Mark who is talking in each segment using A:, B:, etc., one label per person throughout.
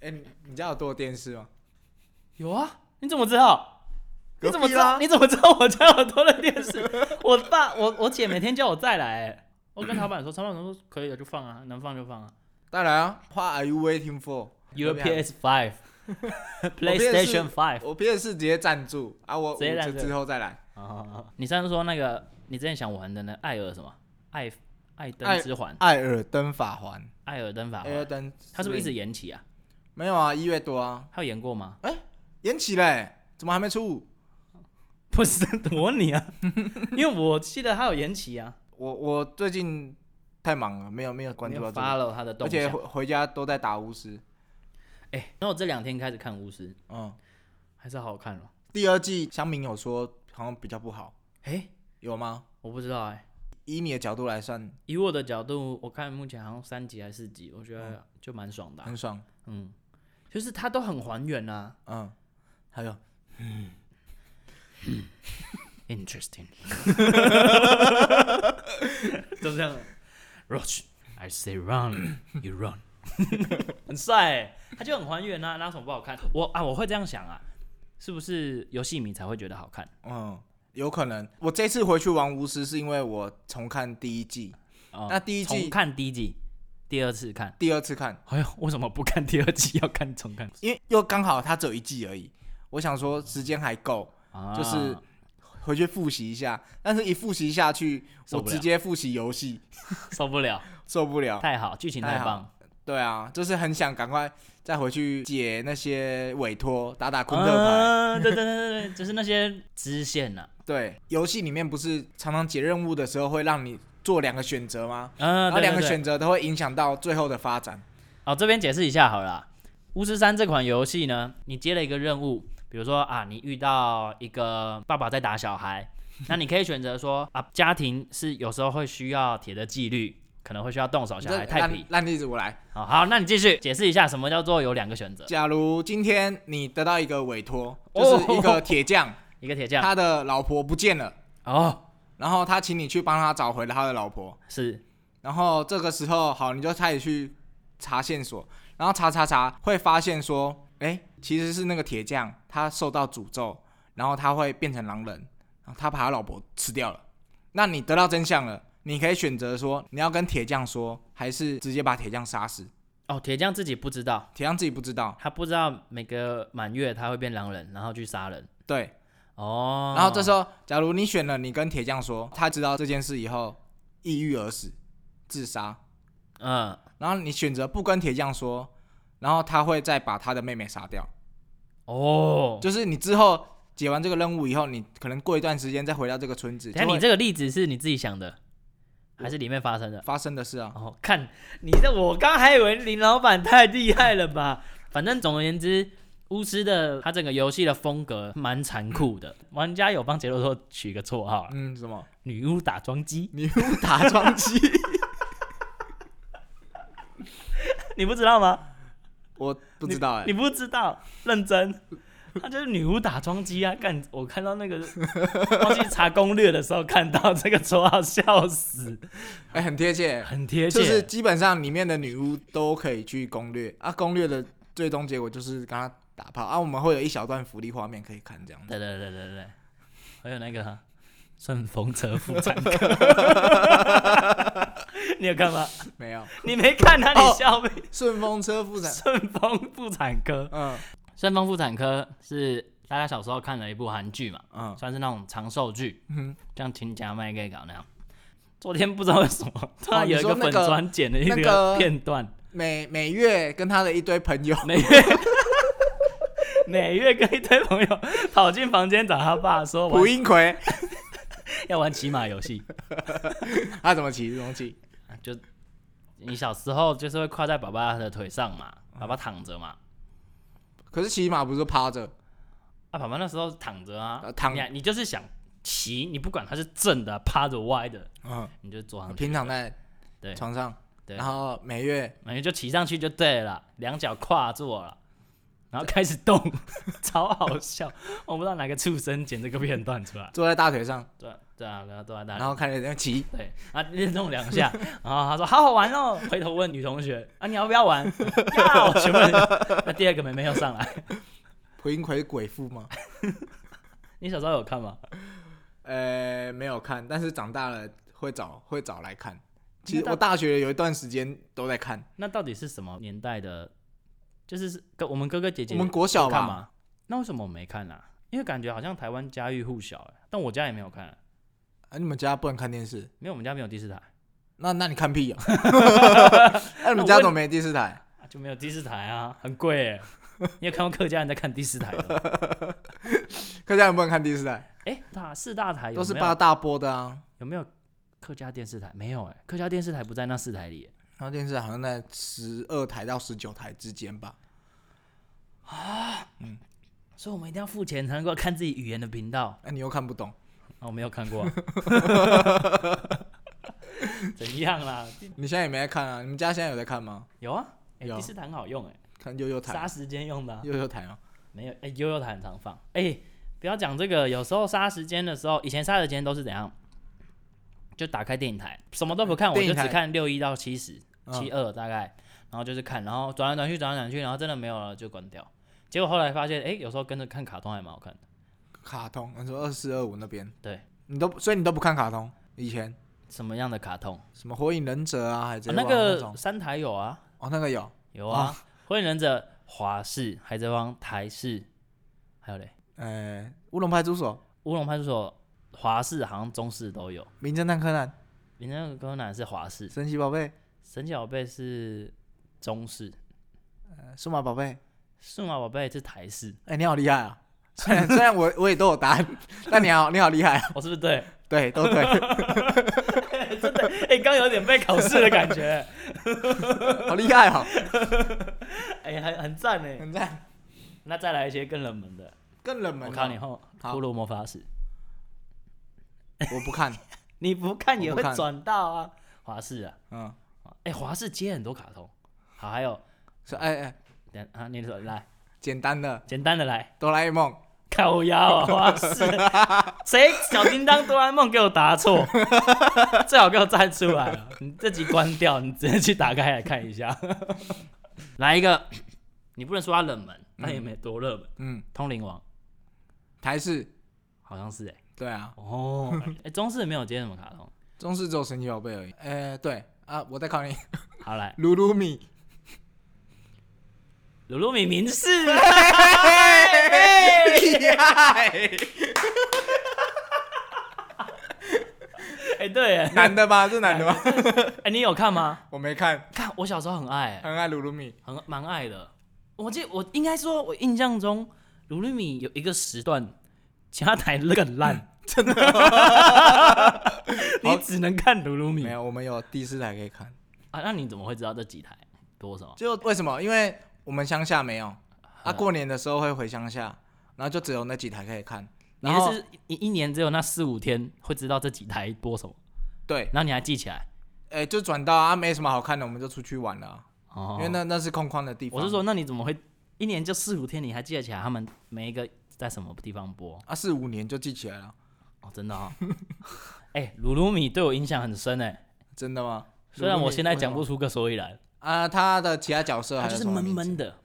A: 哎、你你家有多电视吗？
B: 有啊，你怎么知道？你怎么知
A: 隔壁啦
B: 道？你怎么知道我家有多的电 视？我爸，我我姐每天叫我再来、欸我跟老板说，老板说可以的就放 啊，能放就放啊。
A: 当然啊，What are you waiting for？
B: Your
A: 隔壁啊
B: PS Five ，PlayStation Five
A: 我 PS 四直接赞助啊，我
B: 直接
A: 我
B: 赞
A: 就
B: 助
A: 之后再来。
B: 啊。你上次说那个，你之前想玩的那艾尔什么？艾艾登
A: 艾
B: 之环，
A: 艾尔登法环，
B: 艾尔登法
A: 艾尔
B: 环，
A: 登，
B: 它是不是一直延期啊？
A: 没有啊？一月多啊，
B: 它有延过吗？
A: 延期嘞、怎么还没出？
B: 不是，我问你啊， 因为我记得它有延期啊。
A: 我我最近太忙了，没有没有关注到这
B: 发
A: 个，
B: 了它的动
A: 而且
B: 向。
A: 回回家都在打巫师。
B: 哎，那我这两天开始看巫师，
A: 嗯，
B: 还是好好看哦。
A: 第二季乡民有说好像比较不好，
B: 哎，
A: 有吗？
B: 我不知道哎。
A: 以你的角度来算，
B: 以我的角度，我看目前好像三集还是四集，我觉得就蛮爽的啊、
A: 很爽。
B: 嗯，就是它都很还原啊。
A: 嗯，还有
B: Interesting，就这样。Roach，I say run，you run，很帅、欸，他就很还原啊，哪有什么不好看？我啊，我会这样想啊，是不是游戏迷才会觉得好看？
A: 嗯，有可能。我这次回去玩巫师，是因为我重看第一季，
B: 哦
A: 那第一季
B: 重看第一季，第二次看，
A: 第二次看，
B: 哎呦，为什么不看第二季，要看重看？
A: 因为又刚好它只有一季而已。我想说时间还够，
B: 啊
A: 就是回去复习一下。但是一复习下去，
B: 受
A: 我
B: 不了
A: 直接复习游戏，
B: 受不了，
A: 受不了。
B: 太好，剧情太
A: 太好
B: 棒。
A: 对啊，就是很想赶快再回去解那些委托，打打昆特牌。
B: 嗯对对对对对，就是那些支线呐、
A: 对，游戏里面不是常常解任务的时候会让你做两个选择吗？
B: 啊。嗯，
A: 然后
B: 对
A: 两个
B: 对对
A: 选择都会影响到最后的发展。
B: 哦，这边解释一下好了啦，《巫师三》这款游戏呢，你接了一个任务，比如说啊，你遇到一个爸爸在打 小孩，那你可以选择说啊，家庭是有时候会需要铁的纪律，可能会需要动手，小孩
A: 这
B: 太
A: 烂
B: 皮。
A: 烂例子我来。
B: 好、好，那你继续解释一下什么叫做有两个选择，
A: 假如今天你得到一个委托，
B: 哦
A: 就是一个铁匠，
B: 一个铁匠
A: 他的老婆不见了，
B: 哦，
A: 然后他请你去帮他找回了他的老婆，
B: 是
A: 然后这个时候好，你就开始去查线索，然后查查查，会发现说，哎，其实是那个铁匠他受到诅咒，然后他会变成狼人，然后他把他老婆吃掉了。那你得到真相了，你可以选择说你要跟铁匠说，还是直接把铁匠杀死。
B: 哦，铁匠自己不知道，
A: 铁匠自己不知道，
B: 他不知道每个满月他会变狼人，然后去杀人。
A: 对，
B: 哦，
A: 然后这时候，假如你选了你跟铁匠说，他知道这件事以后抑郁而死，自杀。
B: 嗯，
A: 然后你选择不跟铁匠说，然后他会再把他的妹妹杀掉。
B: 哦，
A: 就是你之后解完这个任务以后，你可能过一段时间再回到这个村子，
B: 等一下
A: 就会
B: 你这个例子是你自己想的，还是里面发生的？
A: 发生的事啊，
B: 哦，看你这，我刚还以为林老板太厉害了吧？反正总而言之，巫师的他整个游戏的风格蛮残酷的，玩家有帮杰洛说取一个绰号啊，
A: 嗯，什么
B: 女巫打桩机，
A: 女巫 打桩机，
B: 你不知道吗？
A: 我不知道哎、
B: 你不知道，认真。他就是女巫打桩机啊！干，我看到 那个忘记查攻略的时候，看到这个绰号，笑死，
A: 哎、很贴切，
B: 很贴切。
A: 就是基本上里面的女巫都可以去攻略啊，攻略的最终结果就是跟他打炮啊，我们会有一小段福利画面可以看这样。
B: 对对对对对，还有那个啊顺风车妇产科， 你有看吗？
A: 没有
B: 你没看他，
A: 哦
B: 你笑咩？
A: 顺风车妇产
B: 顺风妇产科，
A: 嗯
B: 顺风妇产科是大家小时候看的一部韩剧嘛，
A: 嗯
B: 算是那种长寿剧，
A: 嗯，
B: 像《亲家卖给搞》那样。昨天不知道为什么， 突然有
A: 啊
B: 一
A: 你说
B: 个
A: 那
B: 粉
A: 个
B: 砖剪了一
A: 那个
B: 片段，
A: 每每月跟他的一堆朋友，
B: 每月 每月跟一堆朋友跑进房间找他爸说
A: 蒲
B: 玩
A: 英奎，
B: 要玩骑马游戏，
A: 他怎么骑？怎么骑？
B: 啊就你小时候就是会跨在爸爸的腿上嘛，爸爸躺着嘛，
A: 可是骑马不是趴着，
B: 啊，爸爸那时候躺着啊
A: 啊，躺
B: 你啊你就是想骑，你不管它是正的、趴着、歪的，
A: 嗯，
B: 你就坐上去，
A: 平躺在
B: 对
A: 床上，
B: 对
A: 然后每月
B: 然后就骑上去就对了啦，两脚跨坐了，然后开始动， 超好笑。我不知道哪个畜生剪这个片段出来。
A: 坐在大腿上，
B: 对对啊，然后都在那
A: 然后看着人家骑，
B: 对啊，练动两下，然后他说好好玩哦，回头问女同学啊，你要不要玩？ 要，全部人。那第二个妹妹又上来，
A: 回应回鬼父吗？
B: 你小时候有看吗？
A: 呃，没有看，但是长大了会找会找来看。其实我大学有一段时间都在看，
B: 那到底是什么年代的？就是是跟我们哥哥姐姐
A: 我们国小
B: 有看
A: 吧，
B: 吗？那为什么我没看啊？因为感觉好像台湾家喻户晓哎，但我家也没有看，
A: 啊，你们家不能看电视？
B: 因为我们家没有第四台，
A: 那那你看屁 呀、那你们家怎么没电视台？
B: 啊就没有第四台啊，很贵哎。你有看过客家人在看第四台的吗？
A: 客家人不能看电视台，
B: 哎、大四大台有
A: 都是
B: 没有
A: 八大播的啊。
B: 有没有客家电视台？没有哎、客家电视台不在那四台里欸耶、
A: 然后电视台好像在十二台到十九台之间吧。
B: 所以我们一定要付钱才能够看自己语言的频道。
A: 哎那、你又看不懂，
B: 啊，我没有看过、啊， 怎样啦？
A: 你现在也没在看啊？你们家现在有在看吗？
B: 有啊，哎、
A: 有
B: 第四台很好用哎、
A: 看悠悠台
B: 杀，时间用的啊、
A: 悠悠台哦吗？
B: 没有哎、悠悠台很常放哎、不要讲这个，有时候杀时间的时候，以前杀时间都是怎样？就打开电影台，什么都不看，我
A: 电
B: 就
A: 影
B: 只
A: 台
B: 看六一到七十、
A: 嗯，
B: 七二大概，然后就是看，然后转来转去，转来转去，然后真的没有了就关掉。结果后来发现，哎、有时候跟着看卡通还蛮好看的。
A: 卡通，你说二四二五那边，
B: 对，
A: 你都所以你都不看卡通？以前
B: 什么样的卡通？
A: 什么火影忍者啊，海贼
B: 啊
A: 王那
B: 那个
A: 种，
B: 三台有啊，
A: 哦，那个有，
B: 有啊，火影忍者华视、海贼王台视，还有嘞，
A: 呃，乌龙派出所、
B: 乌龙派出所华视好像中视都有，
A: 名侦探柯南、
B: 名侦探柯南是华视，
A: 神奇宝贝、
B: 神奇宝贝是中视，
A: 呃数码宝贝。
B: 数码宝贝是台 视，
A: 哎、你好厉害啊！虽然虽 然我我也都有答案，但你好你好厉害啊！
B: 我、哦是不是对？
A: 对，都对，
B: 真的，哎、刚有点被考试的感觉，
A: 好厉害啊！
B: 哎、很很赞哎。
A: 很赞，
B: 那再来一些更冷门的，
A: 更冷门
B: 我
A: 哦。
B: 考你后，
A: 好
B: 骷髅魔法使，
A: 我不看，
B: 你不看也
A: 我不
B: 会
A: 看
B: 转到啊，华视啊，
A: 嗯，
B: 哎、华视接很多卡通，好，还有
A: 是哎哎，
B: 等啊，你说来，
A: 简单的
B: 简单的来。
A: 哆啦 A 梦，
B: 靠腰啊，哇是，谁小叮当哆啦 A 梦给我答错， 最好给我站出来啊！你这集关掉，你直接去打开来看一 下。来一个，你不能说它冷门，但也没多热门。
A: 嗯，
B: 通灵王
A: 台式，
B: 好像是哎、
A: 对啊，
B: 哦， 哎、中视没有接什么卡通。
A: 中式只有神奇宝贝而已。哎、对啊，我再考你，
B: 好 来，
A: 鲁鲁米，
B: 鲁鲁米啊明示，
A: 厉害，
B: 哎、对哎，
A: 男的吗？是男的吗？
B: 哎、你有看吗？
A: 我没看，
B: 看，我小时候很爱、哎
A: 很爱鲁鲁米，
B: 很蛮爱的。我记我应该说，我印象中鲁鲁米有一个时段，其他台更 烂，真的。你只能看鲁鲁米
A: 没
B: 啊？
A: 有，我们有第四台可以看。
B: 那你怎么会知道这几台多少？
A: 就为什么？因为我们乡下没有
B: 嗯
A: 啊，过年的时候会回乡下，然后就只有那几台可以看。
B: 你
A: 然后
B: 是你一年只有那四五天会知道这几台多少，
A: 对，
B: 然后你还记起来？
A: 哎、就转到啊，没什么好看的，我们就出去玩了啊，
B: 哦
A: 因为那那是空旷的地方。
B: 我是说，那你怎么会一年就四五天，你还记得起来他们每一个在什么地方播？
A: 啊，四五年就记起来了，
B: 哦，真的哦。哎，鲁鲁米对我影响很深哎，
A: 真的吗？
B: 虽然我现在讲
A: 为
B: 不
A: 什
B: 出个所以然，
A: 么啊，他的其他角色
B: 他
A: 还
B: 就
A: 有
B: 是
A: 什么
B: 闷
A: 名字
B: 闷的。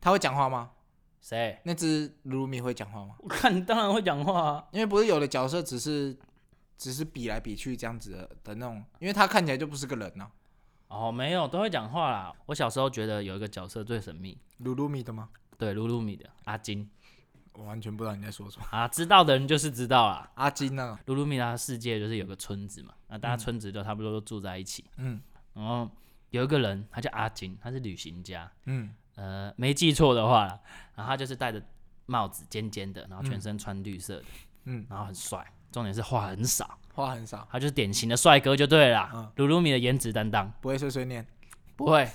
A: 他会讲话吗？
B: 谁？
A: 那只鲁鲁米会讲话吗？
B: 我看你当然会讲话啊。
A: 因为不是有的角色只是只是比来比去这样子的的那种，因为他看起来就不是个人呐、啊。
B: 哦，没有，都会讲话啦。我小时候觉得有一个角色最神秘，
A: 鲁鲁米的吗？
B: 对，鲁鲁米的阿金
A: 我完全不知道你在说什么。
B: 啊，知道的人就是知道啦。
A: 阿金啊呢、
B: 鲁鲁米他的世界就是有个村子嘛，那大家村子都差不多都住在一起。
A: 嗯
B: 然后有一个人，他叫阿金，他是旅行家，
A: 嗯，
B: 呃，没记错的话啦，然后他就是戴着帽子尖尖的，然后全身穿绿色的，
A: 嗯，
B: 然后很帅，重点是话很少，
A: 话很少，
B: 他就是典型的帅哥就对了
A: 嗯
B: 啦。鲁鲁米的颜值担当。
A: 不会碎碎念。
B: 不会，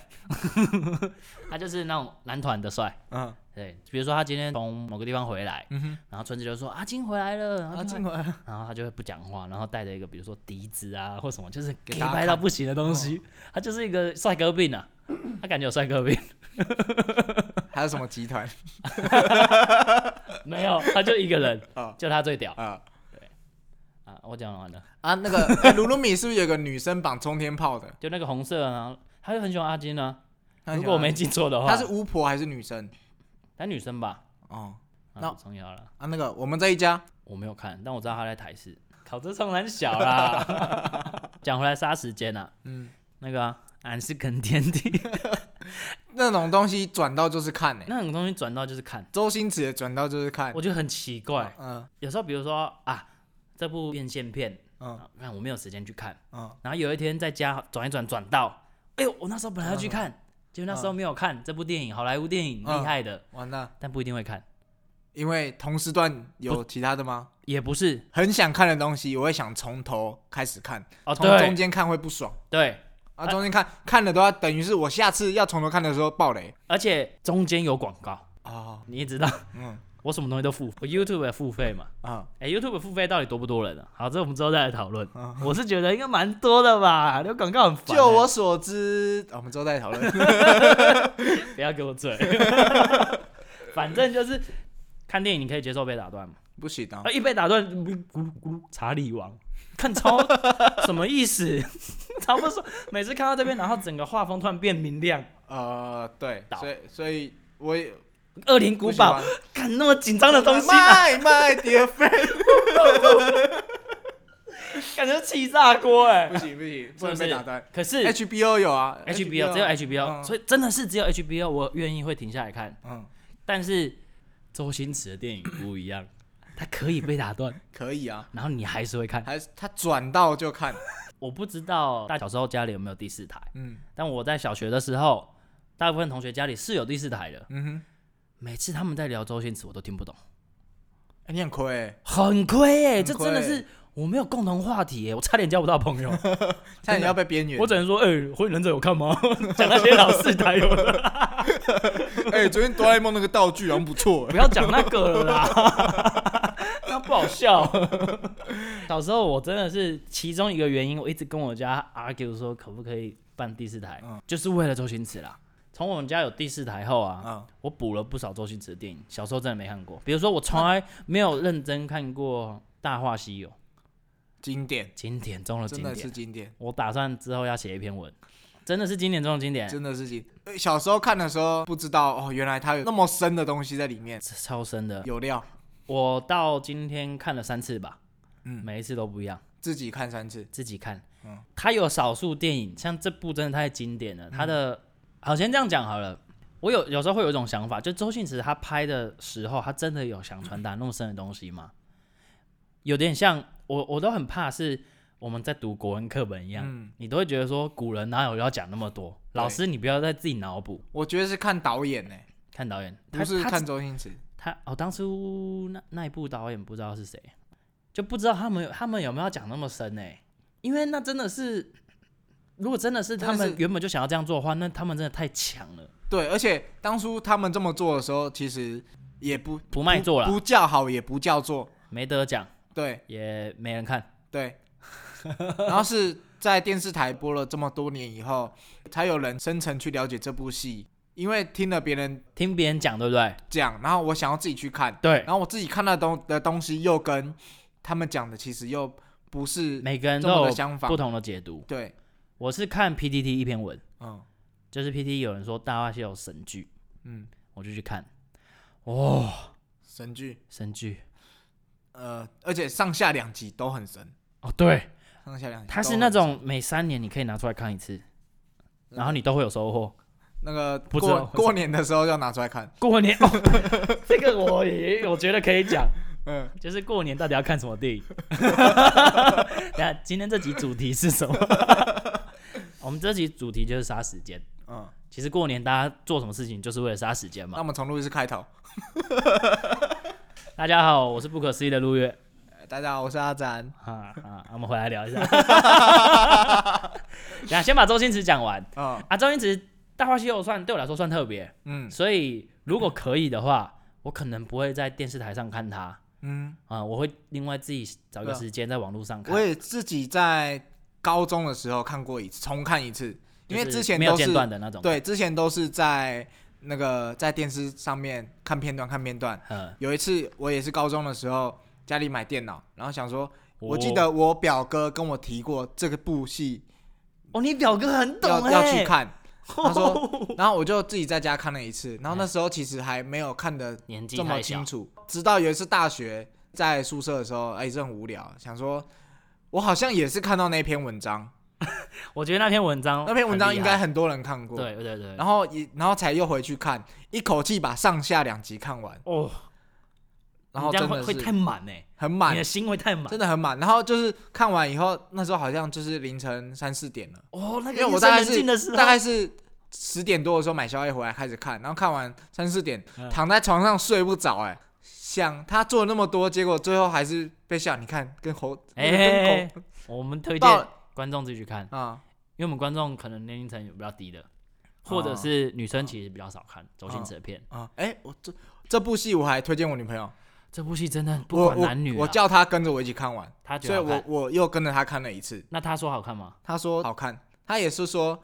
B: 他就是那种男团的帅。
A: 嗯
B: 对，比如说他今天从某个地方回来，
A: 嗯哼，啊
B: 然后村子就说阿金回来了，然后
A: 阿
B: 就
A: 金回来了，
B: 然后啊他就会不讲话，然后带着一个比如说笛 子啊或什么，就是
A: 给
B: 给
A: 大家
B: 拍
A: 看
B: 到 不 行的东西，他就是一个帅哥病啊，他感觉有帅哥病，
A: 他是什么集团
B: 没有，他就一个人，
A: 啊
B: 就他最屌
A: 啊？
B: 啊！我讲完了，
A: 啊，那个 哎鲁鲁米是不是有个女生绑冲天炮 的？
B: 就那个红色的啊，他就很喜欢阿金呢、
A: 她很
B: 如
A: 喜欢
B: 果我没记错的话，
A: 啊她是巫婆还是女生？
B: 她女生吧？
A: 哦那
B: 那不重要了，
A: 啊，那个我们这一家
B: 我没有看，但我知道他在台视。考这冲很小啦。 讲回来杀时间啊，
A: 嗯
B: 那个啊俺是肯天地，
A: 那种东西转到就是看呢、欸
B: 那种东西转到就是看，
A: 周星驰也转到就是看。
B: 我觉得很奇怪。
A: 嗯
B: 有时候比如说啊，这部院线片，
A: 嗯
B: 啊看我没有时间去看，
A: 嗯，
B: 然后有一天在家转一转转到，哎呦，我那时候本来要去看，结果那时候没有看这部电影，好莱坞电影
A: 嗯
B: 厉害的，
A: 完了，
B: 但不一定会看，
A: 因为同时段有其他的吗？
B: 也不是
A: 很想看的东西，我会想从头开始看，
B: 哦，
A: 从、中
B: 对
A: 间看会不爽
B: 对，
A: 啊，
B: 啊
A: 中间看、看了都要等于是我下次要从头看的时候爆雷
B: 而且中间有广告，
A: 哦，
B: 你也知道，
A: 嗯
B: 我什么东西都付，我 YouTube 也付费嘛，
A: 啊
B: 哎、y o u t u b e 付费到底多不多人啊？好，这我们之后再来讨论。
A: 啊，
B: 我是觉得应该蛮多的吧，留广告很烦、
A: 就我所知，啊我们之后再讨论。
B: 欸不要给我嘴， 反正就是看电影你可以接受被打断嘛，
A: 不行啊
B: 啊，，一被打断，咕噜咕噜咕噜，查理王，看超什么意思？ 差不多，每次看到这边，然后整个画风突然变明亮，
A: 呃，对，
B: 倒
A: 所以所以我也
B: 恶灵古堡，看那么紧张的东西、啊，
A: My my dear friend，
B: 感觉气炸锅哎、
A: 不行不行，不
B: 是不
A: 能被
B: 是
A: 打断。？
B: 可是
A: HBO 有啊
B: HBO 只有 HBO，、
A: 嗯
B: 所以真的是只有 HBO，我愿意会停下来看。
A: 嗯，
B: 但是周星驰的电影不 一样，他可以被打断，
A: 可以啊，
B: 然后你还是会看。
A: 还是他转到就看，
B: 我不知道大小时候家里有没有第四台，
A: 嗯
B: 但我在小学的时候，大部分同学家里是有第四台的。
A: 嗯哼，
B: 每次他们在聊周星驰，我都听不懂，
A: 哎你很亏欸，
B: 很亏哎、
A: 很亏
B: 这真的是我没有共同话题哎、我差点交不到朋 友。
A: 差点要被边缘
B: 我。只能说，哎、火影忍者有看吗？ 讲那些老四台有的。
A: 哎，昨天哆啦 A 梦那个道具好像不错欸，
B: 不要讲那个了啦， 那不好笑。小时候我真的是其中一个原因，我一直跟我家 argue 说可不可以办第四台，
A: 嗯
B: 就是为了周星驰啦。从我们家有第四台后 啊，
A: 嗯，
B: 我补了不少周星驰的电影，小时候真的没看过。比如说，我从来没有认真看过《大话西游》，
A: 经典，
B: 经典中哦的经
A: 真的是
B: 典。
A: 经典，
B: 我打算之后要写一篇文，真的是经典中的经典，
A: 真的是经。呃小时候看的时候不知道哦，原来它有那么深的东西在里面，
B: 超深的。
A: 有料，
B: 我到今天看了三次吧，
A: 嗯
B: 每一次都不一样。
A: 自己看三次，
B: 自己看。
A: 嗯
B: 他有少数电影，像这部真的太经典了。他的好，先这样讲好了。我有有时候会有一种想法，就周星驰他拍的时候，他真的有想传达那么深的东西吗？有点像我，我都很怕是我们在读国文课本一样，
A: 嗯
B: 你都会觉得说古人哪有要讲那么多？
A: 对
B: 老师，你不要再自己脑补。
A: 我觉得是看导演呢，
B: 看导演，他
A: 不是
B: 他
A: 看周星驰，
B: 他哦，当初那那一部导演不知道是谁，就不知道他们有他们有没有讲那么深呢、因为那真的是，如果真的是
A: 真的
B: 他们
A: 是
B: 原本就想要这样做的话，那他们真的太强了，
A: 对，而且当初他们这么做的时候，其实也不
B: 不卖座了，
A: 不叫好也不叫座，
B: 没得奖，
A: 对
B: 也没人看。
A: 对。然后是在电视台播了这么多年以后，才有人深层去了解这部戏，因为听了别人
B: 听别人讲，对不对？
A: 讲，然后我想要自己去看，
B: 对
A: 然，后我自己看到的东的东西又跟他们讲的其实又不是
B: 每个人
A: 这
B: 都
A: 么
B: 有
A: 的相反
B: 不，同的解读。
A: 对，
B: 我是看 PTT 一篇文，
A: 嗯
B: 就是 PTT 有人说《大话西游》神剧，
A: 嗯，
B: 我就去看。哦，
A: 神剧，
B: 神剧
A: 呃，而且上下两集都很神，
B: 哦，对，
A: 上下两集
B: 它
A: 都
B: 是
A: 很
B: 那种每三年你可以拿出来看一次，然后你都会有收获。
A: 那个
B: 不知道
A: 过过年的时候要拿出来看，
B: 过年 哦，这个我也我觉得可以讲，
A: 嗯，
B: 就是过年到底要看什么电影？ 那今天这集主题是什么？ 我们这集主题就是杀时间。
A: 嗯，
B: 其实过年大家做什么事情就是为了杀时间
A: 那
B: 嘛
A: 我。们重录一次开头。
B: 大家好，我是不可思议的陆月。
A: 呃大家好，我是阿展。
B: 啊啊，我们回来聊一下。 那先把周星驰讲完
A: 嗯
B: 啊，周星驰《大话西游》算对我来说算特别，
A: 嗯
B: 所以如果可以的话，我可能不会在电视台上看他。
A: 嗯，
B: 啊、我会另外自己找个
A: 对啊
B: 时间在网络上看
A: 我，也自己在高中的时候看过一次，重看一次，因为
B: 就是
A: 之前
B: 没有
A: 都
B: 间
A: 是
B: 断的那种。
A: 对，之前都是在那个在电视上面看片段看片段。
B: 嗯，
A: 有一次我也是高中的时候，家里买电脑，然后想说，我记
B: 哦
A: 得我表哥跟我提过这个部戏
B: 哦，你表哥很懂
A: 要
B: 哎，
A: 要去，看，他 说，然后我就自己在家看了一次，然后那
B: 哎
A: 时候其实还没有看的
B: 年纪
A: 这么
B: 太小
A: 清，楚，直到有一次大学在宿舍的时候，哎、这很无聊，想说，我好像也是看到那篇文章，
B: 我觉得那篇文章
A: 那篇文章
B: 哦很厉
A: 应
B: 害
A: 该很多人看过，
B: 对对对，
A: 然后也然后才又回去看，一口气把上下两集看完，
B: 哦，
A: 然后
B: 你这
A: 真
B: 样会
A: 的
B: 会太
A: 是
B: 满哎，
A: 很满
B: 你的，心会太满
A: 真的很满。然后就是看完以后，那时候好像就是凌晨三四点了，
B: 哦，那个
A: 因为我
B: 夜
A: 大
B: 深
A: 概
B: 人
A: 是
B: 静的时候，
A: 大概是十点多的时候买宵夜回来开始看，然后看完三四点
B: 嗯
A: 躺在床上睡不着，哎，想他做了那么多，结果最后还是被笑。你看跟猴，
B: 哎
A: 跟
B: 哎，
A: 狗
B: 哎我们推
A: 到
B: 荐观众自己去看，
A: 啊，
B: 因为我们观众可能年龄层有比较低的，或
A: 哦
B: 者是女生其实比较少看周星驰的片。
A: 啊，哎，我这这部戏我还推荐我女朋友，
B: 这部戏真的不
A: 我
B: 管
A: 我
B: 男女啊，
A: 我叫她跟着我一起看完，
B: 他觉
A: 所以
B: 得好
A: 我
B: 看。
A: 我又跟着她看了一次，
B: 那他说好看吗？
A: 她说好看，她也是说。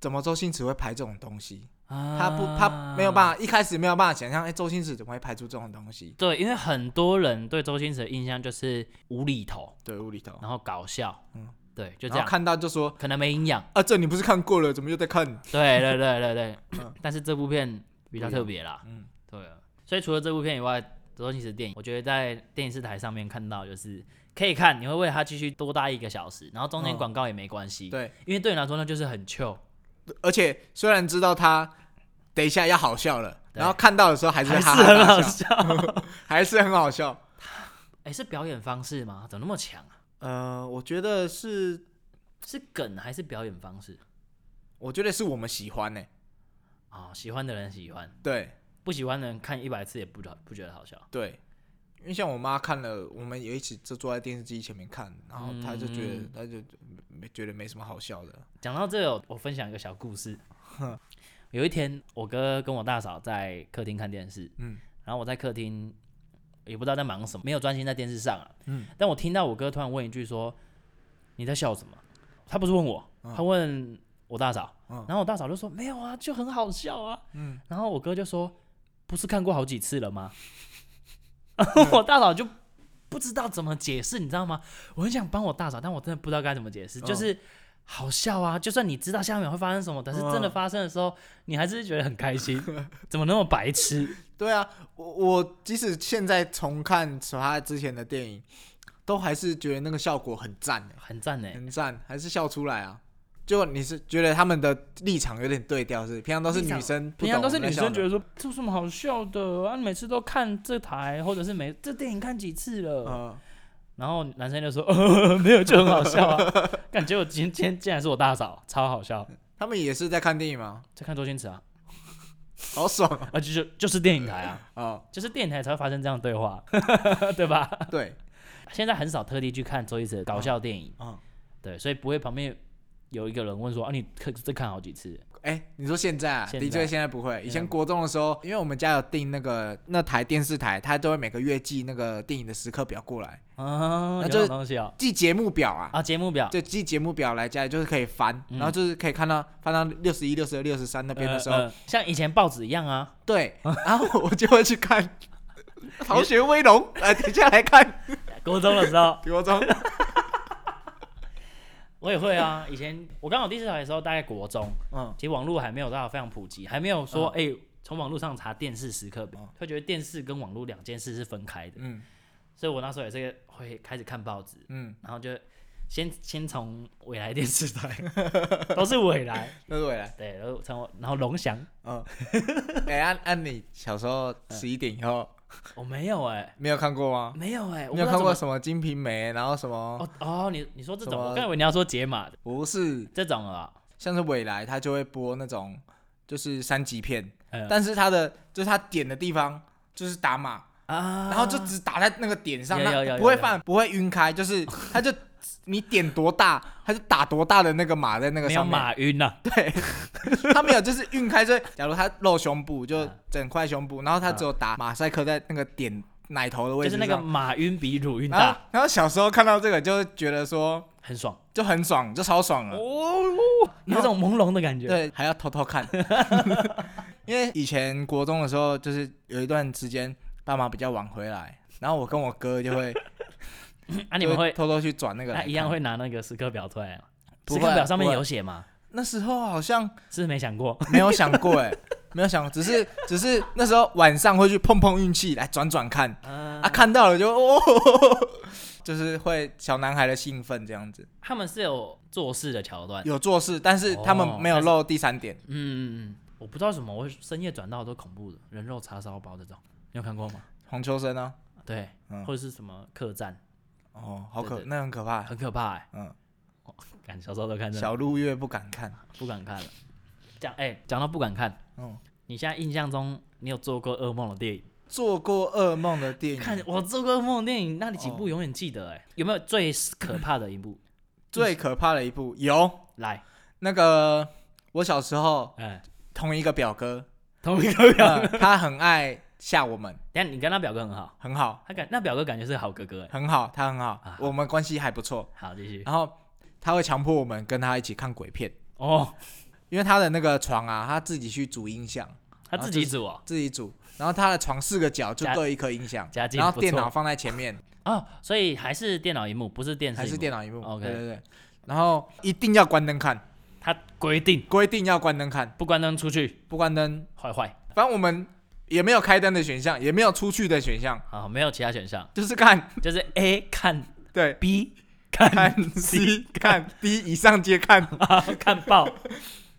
A: 怎么周星驰会拍这种东西？他
B: 他
A: 不，他没有办
B: 法。
A: 法，一开始没有办法想象，哎、周星驰怎么会拍出这种东西？
B: 对，因为很多人对周星驰的印象就是无厘头，
A: 对，无厘头。
B: 然后搞笑，
A: 嗯
B: 嗯，对，就
A: 然
B: 这
A: 后
B: 样，
A: 看到就说，
B: 可能没 营养。
A: 啊，这你不是看过了，怎么又在看？
B: 对对对对对
A: 嗯，
B: 但是这部片比较特别啦，
A: 嗯，
B: 对啊。所以除了这部片以外，周星驰的电影，我觉得在电视台上面看到就是可以看，你会为他继续多待一个小时，然后中间
A: 嗯
B: 广告也没关系，
A: 对。
B: 因为对你来说那就是很 chill，
A: 而且虽然知道他等一下要好笑了，
B: 对
A: 然后看到的时候还是
B: 还是
A: 哈哈
B: 很
A: 大
B: 好
A: 笑，
B: 笑。
A: 还是很好笑。
B: 哎、是表演方式吗？怎么那么强啊？
A: 呃，我觉得是，
B: 是梗还是表演方式？
A: 我觉得是我们喜欢欸呢、
B: 啊、喜欢的人喜欢，
A: 对
B: 不喜欢的人看一百次也不不觉得好笑。
A: 对，因为像我妈看了，我们也一起就坐在电视机前面看，然后她就觉得，
B: 嗯
A: 她就没觉得没什么好笑的。
B: 讲到这个，我分享一个小故事。有一天，我哥跟我大嫂在客厅看电视，
A: 嗯
B: 然后我在客厅也不知道在忙什么，没有专心在电视上啊。
A: 嗯
B: 但我听到我哥突然问一句说：“你在笑什么？”他不是问我，他问我大嫂。
A: 嗯
B: 然后我大嫂就说：“没有啊，就很好笑啊。”
A: 嗯，
B: 然后我哥就说：“不是看过好几次了吗？” 我大嫂就不知道怎么解释，你知道吗？我很想帮我大嫂，但我真的不知道该怎么解释，就
A: 嗯
B: 是。好笑啊！就算你知道下一秒会发生什么，但是真的
A: 嗯
B: 发生的时候，你还是觉得很 开心。怎么那么白痴？
A: 对啊，我我即使现在重看她之前的电影，都还是觉得那个效果很赞欸
B: 很赞呢。
A: 很赞，还是笑出来啊？就你是觉得他们的立场有点对调，是平常都是
B: 立场
A: 女生不懂，
B: 平常都是女生觉
A: 得
B: 得说这有什么好笑的啊？你每次都看这台，或者是每这电影看几次了？
A: 呃，
B: 然后男生就说、 呃、没有，就很好笑啊。 感觉我今天今天竟然是我大嫂，超好笑。
A: 他们也是在看电影吗？
B: 在看周星驰啊，
A: 好爽啊、
B: 啊，就是就是电影台啊，
A: 哦！
B: 就是电影台才会发生这样的对话， 对吧？
A: 对，
B: 现在很少特地去看周星驰的搞笑电影，
A: 嗯，
B: 对，所以不会旁边有一个人问说啊，你看这看好几次？
A: 哎、你说现在啊，
B: 现
A: 的确
B: 在
A: 现在不会。以前
B: 嗯
A: 国中的时候，因为我们家有订那个那台电视台，它都会每个月寄那个电影的时刻表过来，
B: 啊，
A: 那
B: 有
A: 就
B: 这
A: 是
B: 种东西哦。
A: 寄节目表啊，
B: 啊，节目表
A: 就寄节目表来家里，就是可以翻，
B: 嗯
A: 然后就是可以看到翻到六十一、六十二、六十三那边的时候，
B: 呃呃像以前报纸一样啊，
A: 对，然后我就会去 看《逃学威 龙》，呃，等一下来看。
B: 高中的时候
A: 国中，
B: 我也会啊。以前我刚好第四台的时候，大概国中，
A: 嗯，
B: 其实网络还没有到非常普及，还没有说哎，从网络上查电视时刻表，会觉得电视跟网络两件事是分开的，
A: 嗯
B: 所以我那时候也是会开始看报纸。
A: 嗯，
B: 然后就先先从未来电 视台，都是未来，
A: 那是未 来。
B: 对，然后从然后龙翔，
A: 嗯，哎、按按你小时候十一点以后
B: 我没有哎、
A: 没有看过吗？
B: 没有哎、我
A: 你
B: 没
A: 有看过什么《金瓶梅》，然后什么？
B: 哦哦，你你说这
A: 什
B: 种，
A: 么
B: 我刚以为你要说解码的
A: 不是，
B: 这种啊，
A: 像是未来，他就会播那种就是三级片，
B: 嗯
A: 但是他的就是他点的地方就是打码，
B: 啊，
A: 然后就只打在那个点上，
B: 有有有
A: 那
B: 有
A: 不会放，不会晕开，就是他就 你点多大，他就打多大的那个码在那个
B: 没有
A: 上面。
B: 马晕啊呐、
A: 对，他没有，就是晕开，所以假如他露胸部，就
B: 嗯
A: 整块胸部，然后他只有打马赛克在那个点奶头的位置
B: 就是
A: 上，
B: 那个马晕比乳晕
A: 然后
B: 大，
A: 然后小时候看到这个就觉得说
B: 很爽啊
A: 就很爽，
B: 哦
A: 就超爽了，哦
B: 哦，有一种朦胧的感觉，
A: 对，还要偷偷看， 因为以前国中的时候，就是有一段时间爸妈比较晚回来，然后我跟我哥就 会，
B: 啊，你们会
A: 偷偷去转那个来
B: 那
A: 看
B: 一样会拿那个时刻表出来吗？
A: 不
B: 时
A: 会啊
B: 刻表上面
A: 不会
B: 有写吗？
A: 那时候好像
B: 是不是没想过，
A: 没有想过哎、没有想过，只是只是那时候晚上会去碰碰运气，来转转看
B: 啊
A: 啊，看到了就哦， 就是会小男孩的兴奋这样子，
B: 他们是有做事的桥段。
A: 有做事，但是他
B: 哦
A: 们没有漏第三点，
B: 嗯嗯嗯，我不知道为什么我会深夜转到都恐怖的人肉叉烧包这种，你有看过吗？
A: 黄秋生呢、
B: 对，
A: 嗯
B: 或者是什么客栈，
A: 哦，好
B: 对
A: 可
B: 对
A: 那很可怕，
B: 很可怕哎、
A: 嗯，
B: 敢小时候都看，真的
A: 小鹿月不敢看，
B: 不敢看了。讲哎，讲、到不敢看，
A: 嗯，
B: 你现在印象中你有做过噩梦的电影？
A: 做过噩梦的电
B: 看
A: 影，
B: 我做过噩梦的电影，那你
A: 哦
B: 几部永远记得哎、有没有最可怕的一部？
A: 最可怕的一部有
B: 来，
A: 那个我小时候
B: 哎、
A: 同一个表哥，
B: 同一个表，
A: 哦嗯他很爱吓我们，
B: 等一下你跟他表哥很好，
A: 很好，
B: 他感那表哥感觉是好哥哥哎、
A: 很好，他很好
B: 啊，
A: 我们关系还不错。
B: 好，继续
A: 然后他会强迫我们跟他一起看鬼片，
B: 哦，
A: 因为他的那个床啊，他自己去组音响，
B: 他
A: 啊
B: 自己组哦，
A: 自己组，然后他的床四个角就
B: 家
A: 各一颗音响
B: 家，境
A: 然
B: 不
A: 后电
B: 错
A: 脑放在前面，
B: 哦，所以还是电脑荧幕，不是电视，
A: 啊还是电，脑荧幕。
B: OK
A: 对对对，然后一定要关灯看，
B: 他规定
A: 规定要关灯看，
B: 不关灯出去，
A: 不关灯，
B: 坏坏，
A: 反正我们也没有开灯的选项，也没有出去的选项，
B: 好，没有其他选项，
A: 就是看
B: 就是 A 看
A: 对
B: B 看
A: 看 C 看 D 以上皆看。
B: 看报。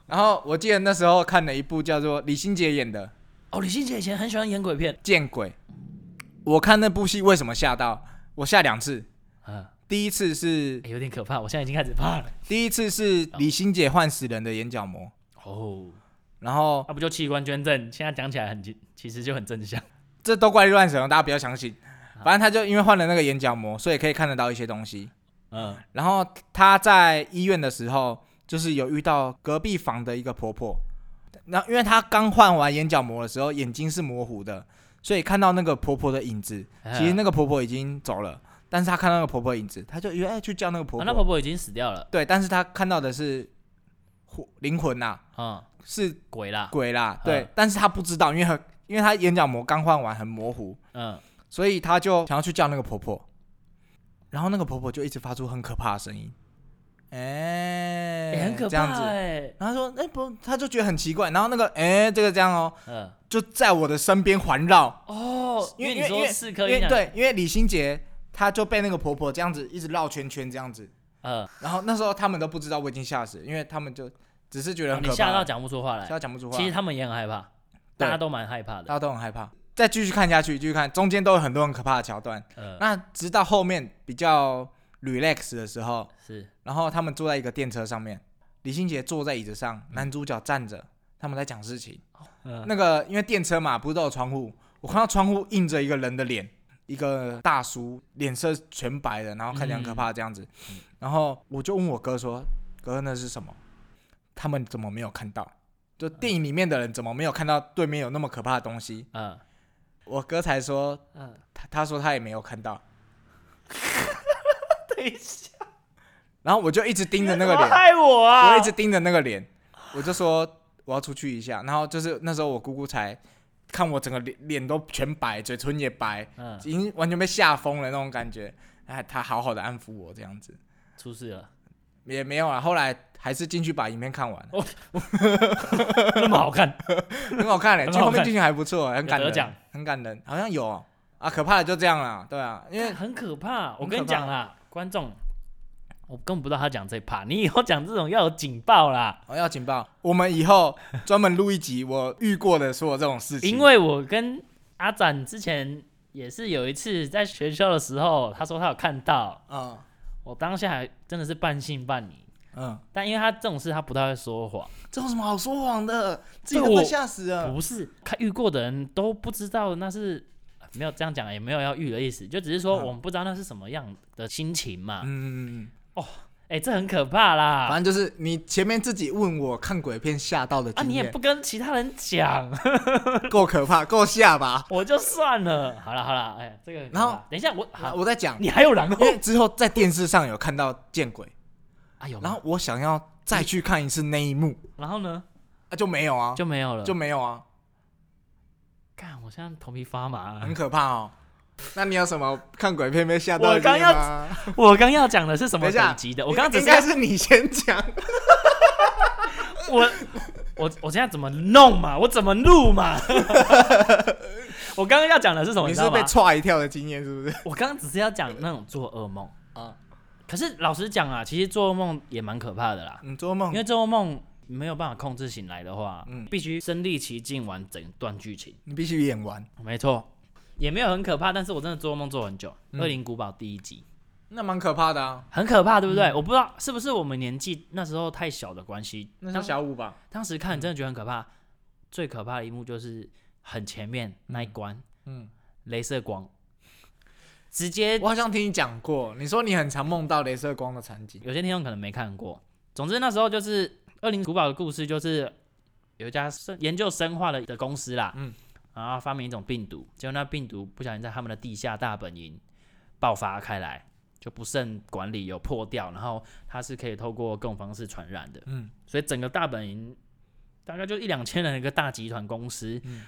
A: 然后我记得那时候看了一部叫做李心洁演的《
B: 哦，李心洁以前很喜欢演鬼片，
A: 见鬼》，我看那部戏为什么吓到？我吓两次，
B: 嗯、
A: 第一次是
B: 欸有点可怕，我现在已经开始怕了。
A: 第一次是李心洁换死人的眼角膜，
B: 哦，
A: 然后
B: 那、不就器官捐赠？现在讲起来很其其实就很正向。
A: 这都怪力乱神哦，大家不要相信。反正他就因为换了那个眼角膜，所以可以看得到一些东西。
B: 嗯，
A: 然后他在医院的时候，就是有遇到隔壁房的一个婆婆，那因为她刚换完眼角膜的时候，眼睛是模糊的，所以看到那个婆婆的影子。
B: 啊
A: 其实那个婆婆已经走了，但是她看到那个婆婆的影子，她就以为哎去叫那个婆婆。
B: 啊那婆婆已经死掉了，
A: 对，但是她看到的是魂灵魂呐、
B: 嗯，
A: 是
B: 鬼啦，
A: 鬼啦
B: 嗯，
A: 对，但是她不知道，因为很因为她眼角膜刚换完很模糊，
B: 嗯，
A: 所以她就想要去叫那个婆婆，然后那个婆婆就一直发出很可怕的声音，哎、
B: 欸很可
A: 这样
B: 怕
A: 子。
B: 哎、
A: 然后她说：“哎、不，她就觉得很奇怪。”然后那个，哎、这个这样哦，
B: 嗯，
A: 就在我的身边环绕。
B: 哦，因
A: 因为
B: 你
A: 因
B: 说
A: 为
B: 四
A: 因
B: 颗
A: 为
B: 音响，，
A: 对，因为李心洁她就被那个婆婆这样子一直绕圈圈这样子，
B: 嗯，
A: 然后那时候他们都不知道我已经吓死，因为他们就只是觉得很可
B: 哦你
A: 怕，
B: 吓到讲不出话来
A: 吓。到讲不出话。
B: 哎其实他们也很害怕，
A: 对
B: 大家都蛮害怕
A: 大
B: 的。
A: 家都很害怕。再继续看下去，继续看，中间都有很多很可怕的桥段。
B: 呃，
A: 那直到后面比较 relax 的时候，
B: 是
A: 然后他们坐在一个电车上面，李心洁坐在椅子上，男主角站着，他们在讲事情。
B: 嗯
A: 那个因为电车嘛，不是都有窗户？我看到窗户映着一个人的脸，一个大叔，脸色全白的，然后看起来很可怕这样子。
B: 嗯
A: 然后我就问我哥说：“哥，那是什么？他们怎么没有看到？就电影里面的人怎么没有看到对面有那么可怕的东西？”
B: 嗯
A: 我哥才说，
B: 嗯，
A: 他他说他也没有看到，
B: 等一下，
A: 然后我就一直盯着那个
B: 你怎么
A: 脸，
B: 害我啊！
A: 我一直盯着那个脸，我就说我要出去一下，然后就是那时候我姑姑才看我整个脸脸都全白，嘴唇也白，
B: 嗯
A: 已经完全被吓疯了那种感觉，哎，她好好的安抚我这样子，
B: 出事了，
A: 也没有啊，后来还是进去把影片看 完了，
B: 那么好看，
A: 很好看嘞、
B: 很好看
A: 最后面剧情还不错，很感
B: 有得奖
A: 人，很感人，好像有哦、啊，可怕的就这样啦，对啊，因为
B: 很可怕。我
A: 很
B: 跟你
A: 可怕
B: 讲啦，观众，我根本不知道他讲这一趴，你以后讲这种要有警报啦，
A: 我要警报，我们以后专门录一集我遇过的所有这种事情，
B: 因为我跟阿展之前也是有一次在学校的时候，他说他有看到，
A: 嗯
B: 我当下还真的是半信半疑，
A: 嗯，
B: 但因为他这种事他不太会说谎。
A: 这有什么好说谎的？自己
B: 这
A: 都
B: 我
A: 快吓死了。
B: 不是，看遇过的人都不知道那是呃没有这样讲，也没有要遇的意思，就只是说
A: 嗯
B: 我们不知道那是什么样的心情嘛。哎、
A: 嗯，
B: 这很可怕啦！
A: 反正就是你前面自己问我看鬼片吓到的
B: 啊，
A: 经
B: 你也
A: 验，
B: 不跟其他人讲，
A: 够可怕，够吓吧？
B: 我就算了。好了好了，哎、这个很可
A: 然
B: 怕
A: 后
B: 等一下我
A: 啊，
B: 好，
A: 我在讲，
B: 你还有然后
A: 因为之后在电视上有看到见鬼，
B: 啊有吗，
A: 然后我想要再去看一次那一幕，
B: 然后呢
A: 啊就没有啊，
B: 就没有了，
A: 就没有啊，
B: 干，我现在头皮发麻啊、
A: 很可怕哦。那你有什么看鬼片被吓到的
B: 我刚
A: 经验
B: 要
A: 吗？
B: 我刚要讲的是什么
A: 等一下
B: 等级的？我刚刚只
A: 应
B: 是
A: 该
B: 要
A: 是你先 讲，
B: 我我我现在怎么弄嘛？我怎么录嘛？ 我刚刚要讲的是什
A: 你
B: 么？哦你知
A: 是
B: 道吗
A: 被？踹一跳的经验是不是？
B: 我刚刚只是要讲那种做噩梦
A: 啊
B: 可是老实讲啊，其实做噩梦也蛮可怕的啦，
A: 你做
B: 因
A: 梦
B: 为做噩梦没有办法控制醒来的话，
A: 嗯
B: 必须身临其境完整段剧情。
A: 你必须演完，
B: 没错，也没有很可怕，但是我真的做梦做很久，
A: 嗯
B: 恶灵古堡》第一集
A: 那蛮可怕的啊。
B: 很可怕，对不对？我不知道是不是我们年纪那时候太小的关系，
A: 那
B: 当
A: 是小五吧？
B: 当时看真的觉得很可怕。最可怕的一幕就是很前面那一关，
A: 嗯，
B: 镭射光，直接
A: 我好像听你讲过，你说你很常梦到镭射光的场景。
B: 有些听众可能没看过。总之那时候就是《恶灵古堡》的故事，就是有一家生研究生化的的公司啦，
A: 嗯，
B: 然后发明一种病毒，结果那病毒不小心在他们的地下大本营爆发开来，就不慎管理有破掉，然后它是可以透过各种方式传染的，
A: 嗯，
B: 所以整个大本营大概就一两千人的一个大集团公司，
A: 嗯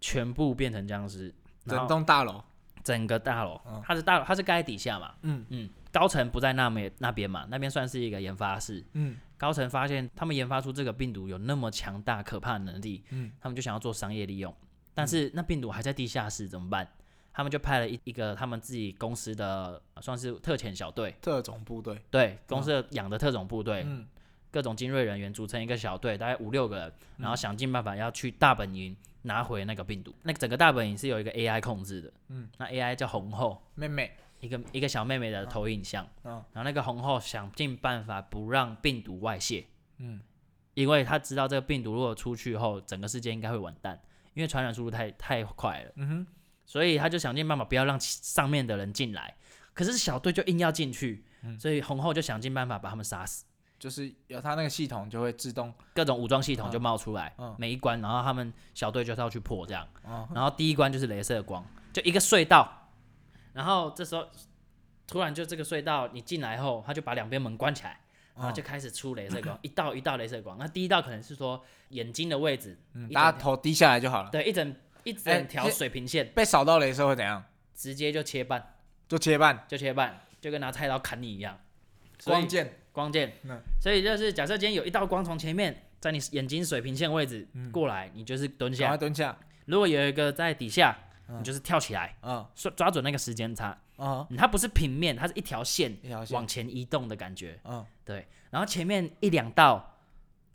B: 全部变成僵尸，然
A: 整
B: 后
A: 栋大楼，
B: 整个大楼
A: 嗯，
B: 它是大楼，它是盖在底下嘛，
A: 嗯
B: 嗯，高层不在那边那边嘛，那边算是一个研发室，
A: 嗯
B: 高层发现他们研发出这个病毒有那么强大可怕的能力，
A: 嗯
B: 他们就想要做商业利用，但是那病毒还在地下室怎么办？他们就派了一一个他们自己公司的呃算是特遣小队，
A: 特种部队，
B: 对公司的养的特种部队，
A: 嗯
B: 各种精锐人员组成一个小队，大概五六个人，
A: 嗯
B: 然后想尽办法要去大本营拿回那个病毒。那整个大本营是有一个 AI 控制的，
A: 嗯，
B: 那 AI 叫红后，
A: 妹妹，
B: 一个一个小妹妹的投影像，
A: 嗯
B: 然后那个红后想尽办法不让病毒外泄，
A: 嗯
B: 因为他知道这个病毒如果出去后，整个世界应该会完蛋，因为传染速度太太快了，
A: 嗯哼，
B: 所以他就想尽办法不要让其上面的人进来。可是小队就硬要进去，
A: 嗯
B: 所以红后就想尽办法把他们杀死，
A: 就是有他那个系统就会自动，
B: 各种武装系
A: 嗯
B: 统就冒出来，
A: 嗯
B: 每一关，然后他们小队就是要去破这样。
A: 哦，
B: 然后第一关就是镭射光，就一个隧道，然后这时候突然就这个隧道你进来后，他就把两边门关起来，
A: 嗯
B: 然后就开始出镭射 光，一道一道镭射光。那第一道可能是说眼睛的位置，
A: 嗯
B: 一
A: 大
B: 整
A: 家头
B: 条
A: 低下来就好了。
B: 对，一整一
A: 嗯哎
B: 整条
A: 是
B: 水平线、
A: 被扫到镭射会怎样？
B: 直接就切半，
A: 就切半，
B: 就切半，就跟拿菜刀砍你一样。所以
A: 光剑，
B: 光剑
A: 嗯，
B: 所以就是假设今天有一道光从前面在你眼睛水平线位置
A: 嗯
B: 过来，你就是蹲
A: 赶快
B: 下；
A: 蹲下，
B: 如果有一个在底下，你就是跳起来，
A: 嗯
B: 抓抓准那个时间差。
A: 嗯，
B: 嗯它不是平面，它是一条线
A: 一条线
B: 往，前移动的感觉。
A: 嗯，
B: 对，然后前面一两道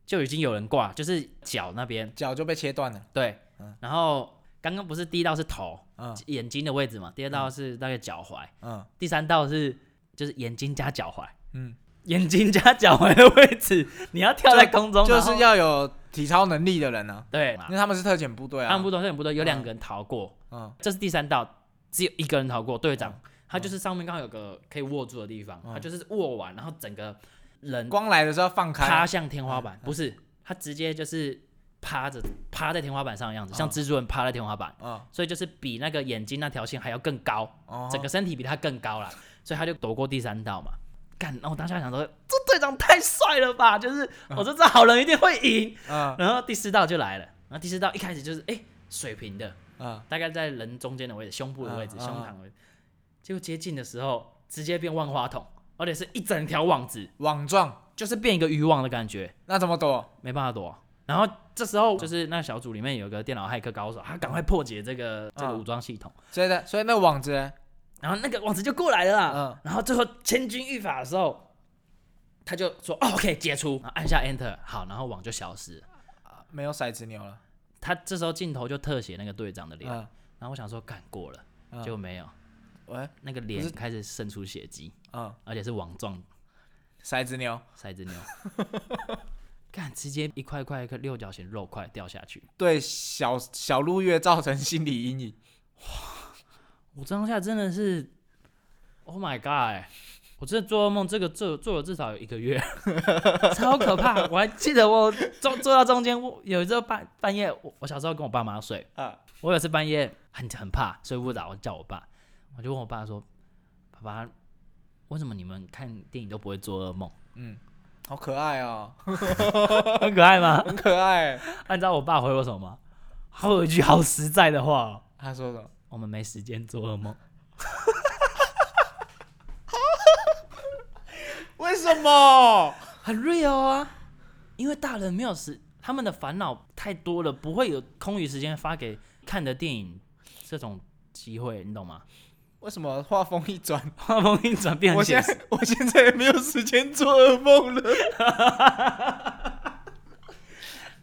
B: 就已经有人挂，就是脚那边。
A: 脚就被切断了，
B: 对，
A: 嗯
B: 然后刚刚不是第一道是头、
A: 嗯
B: 眼睛的位置嘛，第二道是大概脚踝，
A: 嗯
B: 第三道是就是眼睛加脚踝，
A: 嗯，
B: 眼睛加脚踝的位置，你要跳在空中，
A: 就
B: 然
A: 是
B: 后
A: 要有体操能力的人啊，
B: 对。
A: 因为他们是特遣部队
B: 他
A: 啊
B: 们，不懂，他们不懂，有两个人逃过，
A: 嗯
B: 这是第三道，只有一个人逃过，队长。他就是上面刚好有个可以握住的地方，
A: 嗯
B: 他就是握完，然后整个人
A: 光来的时候放开啊嗯
B: 趴，向天花板，不是，他直接就是趴着趴在天花板上的样子，像蜘蛛人趴在天花板，
A: 嗯
B: 所以就是比那个眼睛那条线还要更高，
A: 哦，
B: 整个身体比他更高啦，所以他就躲过第三道嘛。干，那我当下想说，这队长太帅了吧！就是我说这好人一定会赢。
A: 嗯
B: 然后第四道就来了，然后第四道一开始就是哎、水平的，
A: 嗯，
B: 大概在人中间的位置，胸部的位置，
A: 嗯
B: 胸膛的位置。结果接近的时候，直接变万花筒，而且是一整条网子，
A: 网状，
B: 就是变一个渔网的感觉。
A: 那怎么躲？
B: 没办法躲。然后这时
A: 嗯
B: 候就是那小组里面有个电脑骇客高手，他赶快破解这个这个
A: 嗯
B: 武装系统，
A: 所以呢，所以那网子呢，啊
B: 然后那个网子就过来了啦。
A: 嗯
B: 然后最后千钧一发的时候，他就说、哦、OK 解除，然后按下 Enter，好，然后网就消失了。
A: 没有骰子牛了，
B: 他这时候镜头就特写那个队长的脸，
A: 嗯，
B: 然后我想说干过了，
A: 嗯
B: 结果没有，
A: 喂，
B: 那个
A: 不
B: 脸
A: 是
B: 开始渗出血迹，
A: 嗯，
B: 而且是网状
A: 骰子牛，
B: 塞子牛，干直接一块块一个六角形肉块掉下去。
A: 对小小鹿月造成心理阴影，
B: 我当下真的是，Oh my god！欸我真的做噩梦，这个做做了至少有一个月，超可怕。我还记得我做做到中间，我有一次半半夜，我我小时候跟我爸妈睡，
A: 啊，
B: 我有一次半夜很很怕睡不着，我叫我爸，我就问我爸说：“爸爸，为什么你们看电影都不会做噩梦？
A: 好可爱哦，
B: 很可爱吗
A: 很可爱，
B: 啊？”按照我爸回我什么吗？还有一句好实在的话、哦，
A: 他说什 么？
B: 我们没时间做噩梦。
A: 为什么？
B: 很 real 啊，因为大人没有时，他们的烦恼太多了，不会有空余时间发给看的电影这种机会，你懂吗？
A: 为什么画风一转，
B: 画风一转变
A: 我
B: 很
A: 现
B: 现实，
A: 在 我现在也没有时间做噩梦了。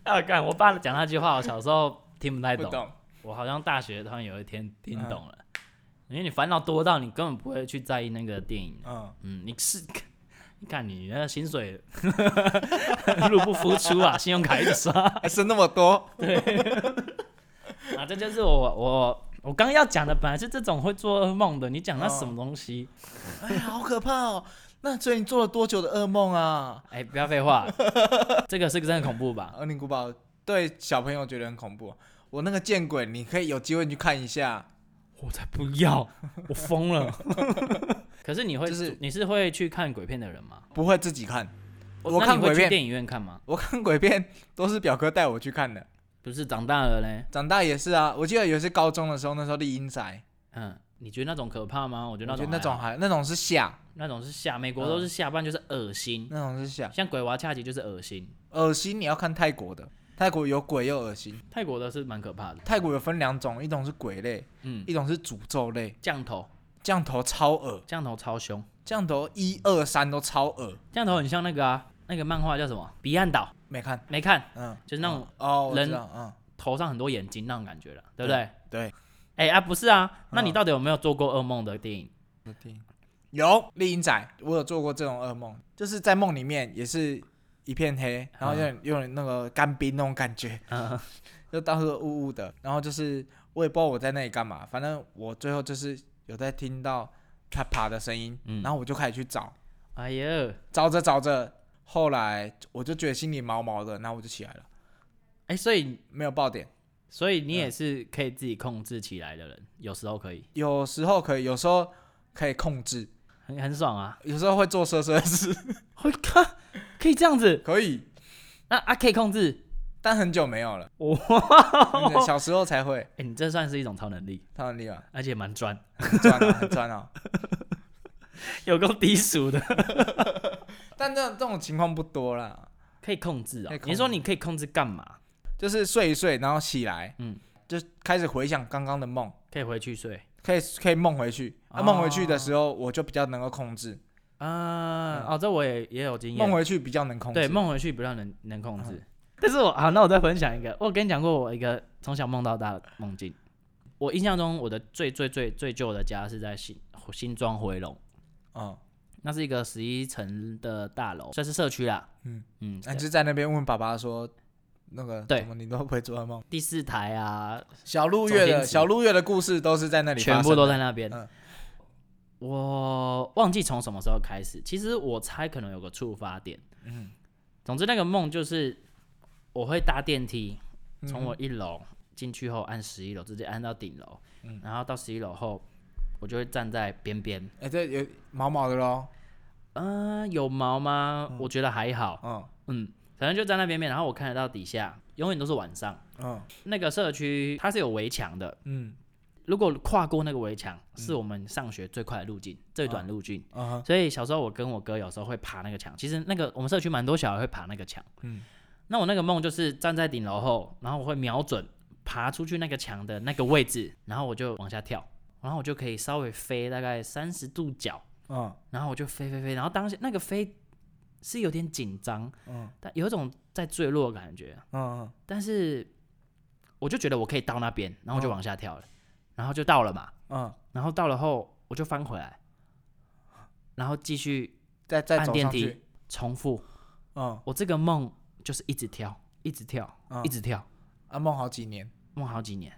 B: 啊，干！我爸讲那句话，我小时候听不太
A: 不
B: 懂，
A: 懂，
B: 我好像大学突然有一天听懂了，因为你烦恼多到你根本不会去在意那个电影，
A: 嗯，
B: 嗯，你是。 你看你那薪水 入不敷出啊， 信用卡一直刷，
A: 还剩那么多，
B: 啊，这就是我我我刚要讲的，本来是这种会做噩梦的，你讲那什么东西？
A: 哎呀，好可怕哦！那所以你做了多久的噩梦啊？
B: 哎、不要废话， 这个是真的恐怖吧？
A: 恶灵古堡对小朋友觉得很恐怖。我那个见鬼，你可以有机会你去看一下。
B: 我才不要，我疯了。 可是你会、
A: 就是
B: 你是会去看鬼片的人吗？哦
A: 不会自己看，我
B: 那
A: 看
B: 你会
A: 鬼
B: 去
A: 片
B: 电影院看吗？
A: 我看鬼片都是表哥带我去看的。
B: 不是长大了嘞，
A: 长大也是啊，我记得有一次高中的时候，那时候丽英宅，
B: 嗯，你觉得那种可怕吗？我觉得
A: 我
B: 那
A: 觉
B: 种
A: 得那种
B: 还好
A: 还那种是吓，
B: 那种是吓，美国都是吓，不然就是恶心，
A: 那种是吓，
B: 像鬼娃恰吉就是恶心，
A: 恶心。你要看泰国的，泰国有鬼又恶心。
B: 泰国的是蛮可怕的，
A: 泰国有分两种，一种是鬼类，
B: 嗯，
A: 一种是诅咒类。
B: 降头
A: 降头超恶，
B: 降头超凶，
A: 降头一二三都超恶，
B: 降头很像那个啊，那个漫画叫什么《彼岸岛》，
A: 没看，
B: 没看。
A: 嗯，
B: 就是那种
A: 哦，我知
B: 人
A: 道嗯，
B: 头上很多眼睛那种感觉了，对不对？
A: 对，
B: 哎、啊，不是啊，那你
A: 嗯
B: 到底有没有做过噩梦的电影？
A: 我听有丽英仔，我有做过这种噩梦，就是在梦里面也是一片黑，然后有点有点那个干冰那种感觉，
B: 嗯，
A: 就到处雾雾的，然后就是我也不知道我在那里干嘛，反正我最后就是有在听到啪啪的声音，
B: 嗯
A: 然后我就开始去找，
B: 哎呦，
A: 找着找着，后来我就觉得心里毛毛的，然后我就起来了，
B: 哎、所以
A: 没有爆点。
B: 所以你也是可以自己控制起来的人，有时候可以，
A: 有时候可以，有时候可以控制，
B: 很很爽啊。
A: 有时候会做色色的事，
B: 我靠，可以这样子，
A: 可以，
B: 那啊可以控制。
A: 但很久没有了。
B: 哇、
A: 对小时候才会，
B: 哎、你这算是一种超能力，
A: 他很厉害，
B: 而且蛮赚，
A: 很赚啊，很赚啊。
B: 有够低俗的。
A: 但这种这种情况不多啦，
B: 可以控制啊、
A: 可以控制
B: 你说你可以控制干嘛？
A: 就是睡一睡，然后起来，
B: 嗯
A: 嗯，就开始回想刚刚的梦，
B: 可以回去睡
A: 可以可以梦回去。啊，
B: 哦
A: 梦回去的时候，我就比较能够控制，
B: 啊、哦，这我也也有经验
A: 嗯梦。回去比较能控制。嗯
B: 对，梦回去不让人能控制。 但是我好，那我再分享一个，我跟你讲过我一个从小梦到大的梦境。我印象中我的最最最最旧的家是在新新庄回龙，
A: 嗯，
B: 那是一个十一层的大楼，算是社区啦。嗯
A: 嗯
B: 嗯，
A: 那你就在那边问爸爸说，那个
B: 对
A: 怎么你都不会做噩梦？
B: 第四台啊，
A: 小鹿月
B: 周星
A: 的
B: 驰
A: 小鹿月的故事都是在那里发
B: 全
A: 生的，
B: 部都在那边。
A: 嗯
B: 我忘记从什么时候开始，其实我猜可能有个触发点。
A: 嗯
B: 总之，那个梦就是我会搭电梯，
A: 嗯
B: 从我一楼进去后按十一楼，直接按到顶楼，
A: 嗯
B: 然后到十一楼后，我就会站在边边。
A: 哎、这有毛毛的咯，
B: 嗯、有毛吗？我觉得还好。
A: 嗯
B: 嗯，反正就站在边边，然后我看得到底下，永远都是晚上。
A: 嗯
B: 那个社区它是有围墙的，
A: 嗯
B: 如果跨过那个围墙，是我们上学最快的路径，最短路径。
A: 嗯
B: 所以小时候我跟我哥有时候会爬那个墙。其实那个我们社区蛮多小孩会爬那个墙。
A: 嗯，
B: 那我那个梦就是站在顶楼后，然后我会瞄准爬出去那个墙的那个位置，然后我就往下跳，然后我就可以稍微飞大概三十度角，
A: 嗯
B: 然后我就飞飞飞，然后当时那个飞是有点紧张，
A: 嗯
B: 但有一种在坠落的感觉，
A: 嗯
B: 但是我就觉得我可以到那边，然后我就往下跳了，然后就到了嘛，
A: 嗯，
B: 然后到了后我就翻回来，然后继续
A: 再再
B: 按
A: 走
B: 电
A: 上
B: 梯
A: 去，
B: 重复，
A: 嗯
B: 我这个梦就是一直跳，一直跳，
A: 嗯
B: 一直跳。
A: 啊梦好几年，
B: 梦好几年，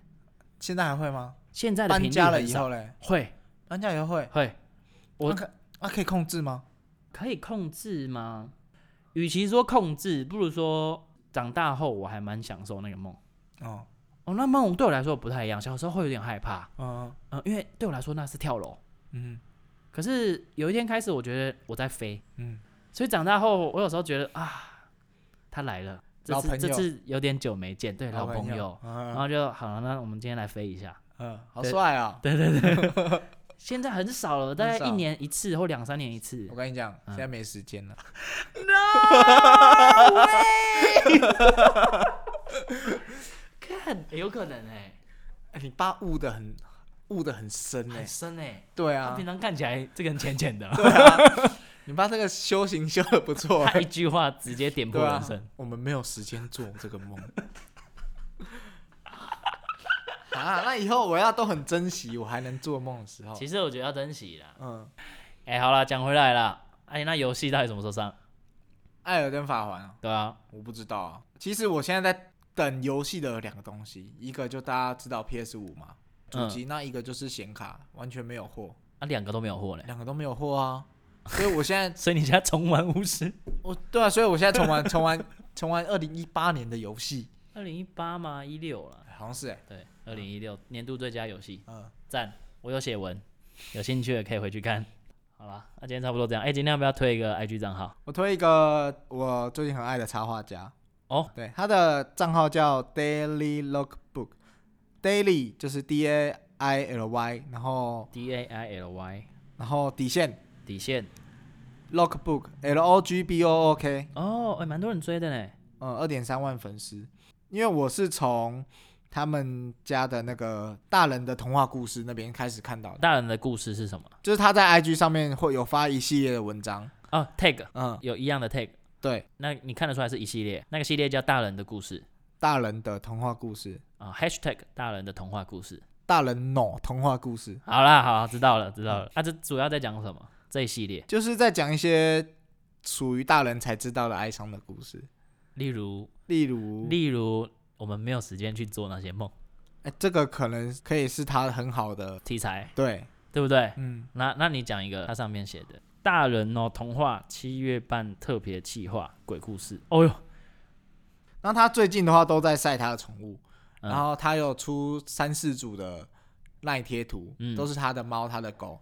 A: 现在还会吗？
B: 现在的
A: 搬
B: 频率
A: 家了
B: 很
A: 以
B: 少。
A: 后嘞，
B: 会
A: 搬家以后会，
B: 会我
A: 那可那可以控制吗？
B: 可以控制吗？与其说控制，不如说长大后我还蛮享受那个梦。
A: 哦
B: 哦，那梦对我来说不太一样，小时候会有点害怕，
A: 嗯
B: 嗯、因为对我来说那是跳楼。
A: 嗯
B: 可是有一天开始，我觉得我在飞，
A: 嗯，
B: 所以长大后我有时候觉得啊，他来了，这
A: 老
B: 次
A: 朋
B: 这
A: 友
B: 次有点久没见，对老朋友，，然
A: 嗯
B: 后就好了，那我们今天来飞一下。
A: 嗯，好
B: 对
A: 帅啊！
B: 现在很少了，大概
A: 很少
B: 一年一次或两三年一次
A: 我。跟你讲，
B: 嗯
A: 现在没时间了。
B: 看，有可能哎、
A: 哎你爸悟的很，悟的很深哎
B: 很。深哎、
A: 对
B: 他
A: 啊
B: 平，常看起来这个人浅浅的，
A: 你爸这个修行修的不错
B: 他
A: 哎。
B: 一句话直接点破
A: 对
B: 人
A: 啊
B: 生。，
A: 我们没有时间做这个梦。 啊，那以后我要都很珍惜我还能做梦的时候。
B: 其实我觉得要珍惜啦。
A: 嗯，
B: 哎、好啦，讲回来啦，哎、那游戏到底什么时候上？
A: 艾尔登法环啊，
B: 对啊，
A: 我不知道啊。其实我现在在等游戏的两个东西，一个就大家知道 PS 五嘛，主
B: 嗯
A: 机，那一个就是显卡，完全没有货，
B: 那两个都没有货嘞，
A: 两个都没有货啊。所以我现在，
B: 所以你现在重玩巫师？
A: 我对啊，所以我现在重 玩重玩重玩二零一八年的游戏，
B: 二零一八吗？一六了，
A: 好像是哎、
B: 对，二零一六年度最佳游戏，
A: 嗯，
B: 赞，我有写文，有兴趣的可以回去看。好啦，那今天差不多这样。哎、今天要不要推一个 IG 账号？
A: 我推一个我最近很爱的插画家
B: 哦，
A: 对，他的账号叫 Daily Logbook，Daily 就是 D A I L Y，然后
B: D A I L Y
A: 然后底线
B: 底线
A: Logbook L O G B O O K，
B: 哦，哎、蛮多人追的呢。
A: 嗯，二点三万粉丝，因为我是从他们家的那个大人的童话故事那边开始看到的，
B: 大人的故事是什么？
A: 就是他在 IG 上面会有发一系列的文章，
B: 哦，tag
A: 嗯，
B: 有一样的 tag，
A: 对，
B: 那你看得出来是一系列，那个系列叫大人的故事
A: 大人的童话故事，
B: 啊、h a s h t a g 大人的童话故事。
A: 大人 no 童话故事，
B: 好啦，好，知道了，知
A: 嗯
B: 道了。啊那、这主要在讲什么？这一系列，
A: 就是在讲一些属于大人才知道的哀伤的故事，
B: 例如，
A: 例如，
B: 例如我们没有时间去做那些梦
A: 哎、这个可能可以是他很好的，
B: 题材，
A: 对，
B: 对不对？
A: 嗯，
B: 那那你讲一个，它上面写的大人哦，童话七月半特别企划鬼故事。哦哟，
A: 那他最近的话都在晒他的宠物，
B: 嗯
A: 然后他有出三四组的赖贴图，
B: 嗯
A: 都是他的猫、他的狗，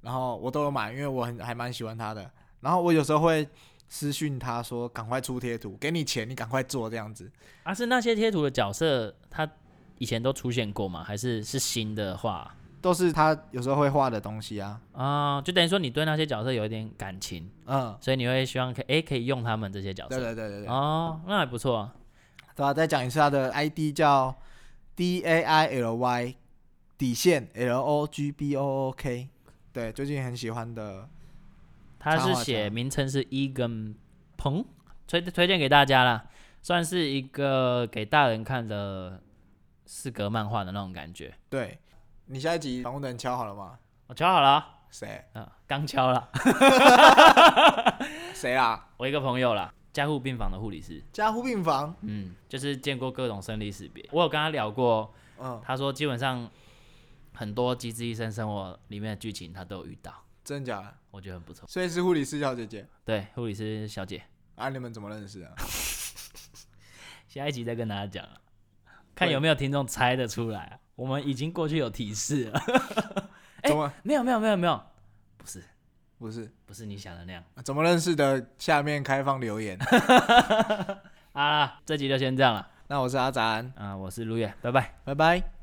A: 然后我都有买，因为我很还蛮喜欢他的。然后我有时候会私讯他说：“赶快出贴图，给你钱，你赶快做这样子。
B: 啊，是那些贴图的角色，他以前都出现过吗？还是是新的画”
A: 都是他有时候会画的东西啊，
B: 啊、就等于说你对那些角色有一点感情，
A: 嗯，
B: 所以你会希望可诶可以用他们这些角色。
A: 对对对对对，
B: 哦，那还不错啊。
A: 对吧、再讲一次，他的 ID 叫 D A I L Y 底线 L O G B O O K，对，最近很喜欢的，
B: 他
A: 插
B: 是
A: 画
B: 写
A: 家
B: 名称是伊根鹏，推推荐给大家啦，算是一个给大人看的四格漫画的那种感觉。
A: 对。你下一集访问的人敲好了吗？
B: 我敲好了啊，
A: 谁
B: 嗯，刚敲了。
A: 谁啊？
B: 我一个朋友啦，加护病房的护理师，
A: 加护病房，
B: 嗯，就是见过各种生离死别。我有跟他聊过，
A: 嗯，
B: 他说基本上很多《机智医生生活》里面的剧情他都有遇到，
A: 真假的？
B: 我觉得很不错。
A: 所以是护理师小姐姐
B: 对，护理师小姐，
A: 啊？你们怎么认识的？
B: 下一集再跟大家讲啊，看有没有听众猜得出来啊。我们已经过去有提示了。哎
A: 怎么、
B: 没有没有没有没有，不是
A: 不是？啊
B: 不是你想的那样
A: 怎么认识的？下面开放留言。
B: 啊！这集就先这样了
A: 那我是阿展，
B: 啊、我是卢月，拜拜。
A: 拜拜。